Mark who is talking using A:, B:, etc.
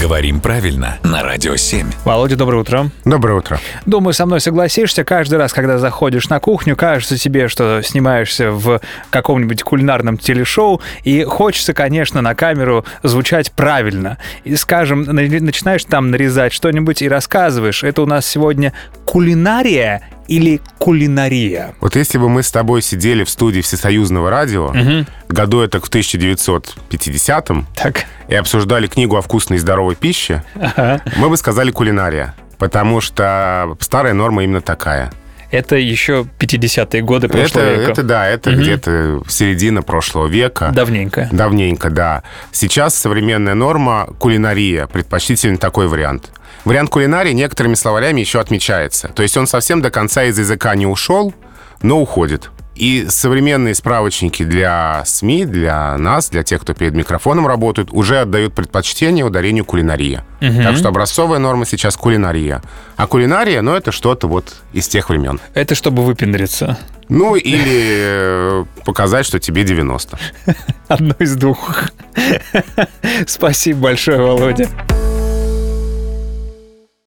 A: Говорим правильно на Радио 7.
B: Володя, доброе утро.
C: Доброе утро.
B: Думаю, со мной согласишься. Каждый раз, когда заходишь на кухню, кажется тебе, что снимаешься в каком-нибудь кулинарном телешоу, и хочется, конечно, на камеру звучать правильно. И, скажем, на- начинаешь там нарезать что-нибудь и рассказываешь. Это у нас сегодня кулинария или кулинария?
C: Вот если бы мы с тобой сидели в студии Всесоюзного радио, году это в 1950-м,
B: Так.
C: и обсуждали книгу о вкусной и здоровой пище, мы бы сказали кулинария. Потому что старая норма именно такая.
B: Это еще 50-е годы
C: Это,
B: прошлого века.
C: это да, это где-то середина прошлого века.
B: Давненько.
C: Давненько, да. Сейчас современная норма – кулинария, предпочтительный такой вариант. Вариант кулинарии некоторыми словарями еще отмечается. То есть он совсем до конца из языка не ушел, но уходит. И современные справочники для СМИ, для нас, для тех, кто перед микрофоном работают, уже отдают предпочтение ударению кулинария. Так что образцовая норма сейчас кулинария. А кулинария, ну, это что-то вот из тех времен.
B: Это чтобы выпендриться.
C: Ну, или э, показать, что тебе 90.
B: Одно из двух. Спасибо большое, Володя.